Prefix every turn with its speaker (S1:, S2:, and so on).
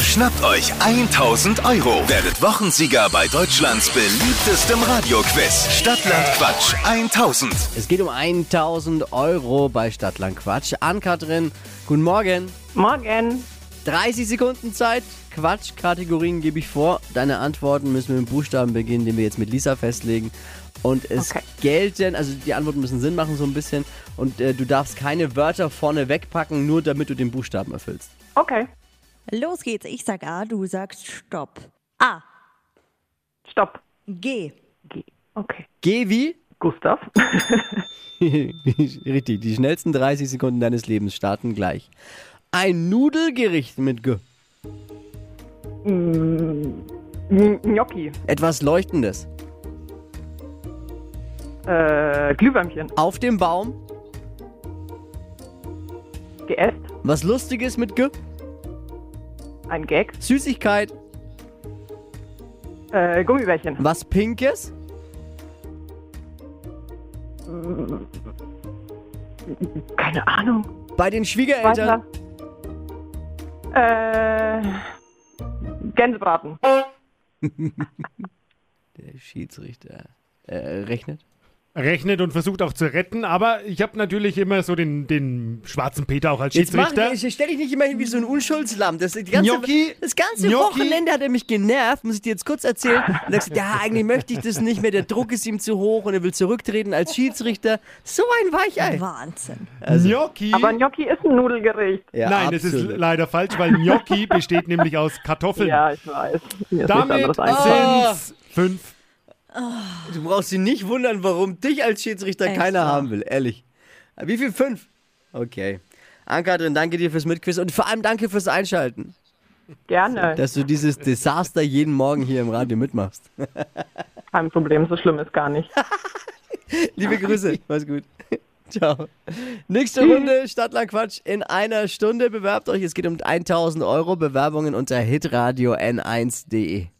S1: Schnappt euch 1000 Euro. Werdet Wochensieger bei Deutschlands beliebtestem Radioquiz. Stadtland Quatsch 1000.
S2: Es geht um 1000 Euro bei Stadtland Quatsch. Ann-Kathrin, guten Morgen.
S3: Morgen.
S2: 30 Sekunden Zeit. Quatschkategorien gebe ich vor. Deine Antworten müssen mit dem Buchstaben beginnen, den wir jetzt mit Lisa festlegen. Und es
S3: Okay.
S2: gelten, also die Antworten müssen Sinn machen so ein bisschen. Und äh, du darfst keine Wörter vorne wegpacken, nur damit du den Buchstaben erfüllst.
S3: Okay.
S4: Los geht's. Ich sag A, du sagst Stopp. A.
S3: Stopp.
S4: G.
S3: G. Okay.
S2: Geh wie?
S3: Gustav.
S2: Richtig, die schnellsten 30 Sekunden deines Lebens starten gleich. Ein Nudelgericht mit G.
S3: N- Gnocchi.
S2: Etwas Leuchtendes.
S3: Äh, Glühwürmchen.
S2: Auf dem Baum.
S3: Geäst.
S2: Was Lustiges mit G.
S3: Ein Gag.
S2: Süßigkeit.
S3: Äh, Gummibärchen.
S2: Was Pinkes.
S3: Keine Ahnung.
S2: Bei den Schwiegereltern.
S3: Weiter. Äh, Gänsebraten.
S2: Der Schiedsrichter äh, rechnet.
S5: rechnet und versucht auch zu retten. Aber ich habe natürlich immer so den, den schwarzen Peter auch als
S2: Jetzt mach,
S5: Schiedsrichter.
S2: ich, stell dich nicht immer hin wie so ein Unschuldslamm. Das, die ganze,
S5: Gnocchi,
S2: das ganze
S5: Gnocchi.
S2: Wochenende hat er mich genervt, muss ich dir jetzt kurz erzählen. Und er hat gesagt, ja, eigentlich möchte ich das nicht mehr, der Druck ist ihm zu hoch und er will zurücktreten als Schiedsrichter. So ein Weichei.
S4: Wahnsinn.
S5: Gnocchi.
S3: Aber Gnocchi ist ein Nudelgericht.
S2: Also, Ja,
S5: Nein, das ist leider falsch, weil Gnocchi besteht nämlich aus Kartoffeln.
S3: Ja, ich weiß. Mir ist
S5: Hm. Damit
S3: nichts anderes eingefallen.
S5: sind's
S2: Oh.
S5: fünf.
S2: Du brauchst dich nicht wundern, warum dich als Schiedsrichter
S4: Echt
S2: keiner
S4: wahr.
S2: haben will, ehrlich. Wie viel? Fünf? Okay. Ankatrin, danke dir fürs Mitquiz und vor allem danke fürs Einschalten,
S3: Gerne.
S2: dass du dieses Desaster jeden Morgen hier im Radio mitmachst.
S3: Kein Problem. So schlimm ist gar nicht.
S2: Liebe Grüße, mach's gut. Ciao. Nächste Runde Stadtland Quatsch in einer Stunde. Bewerbt euch, es geht um 1000 Euro. Bewerbungen unter hitradio n1.de.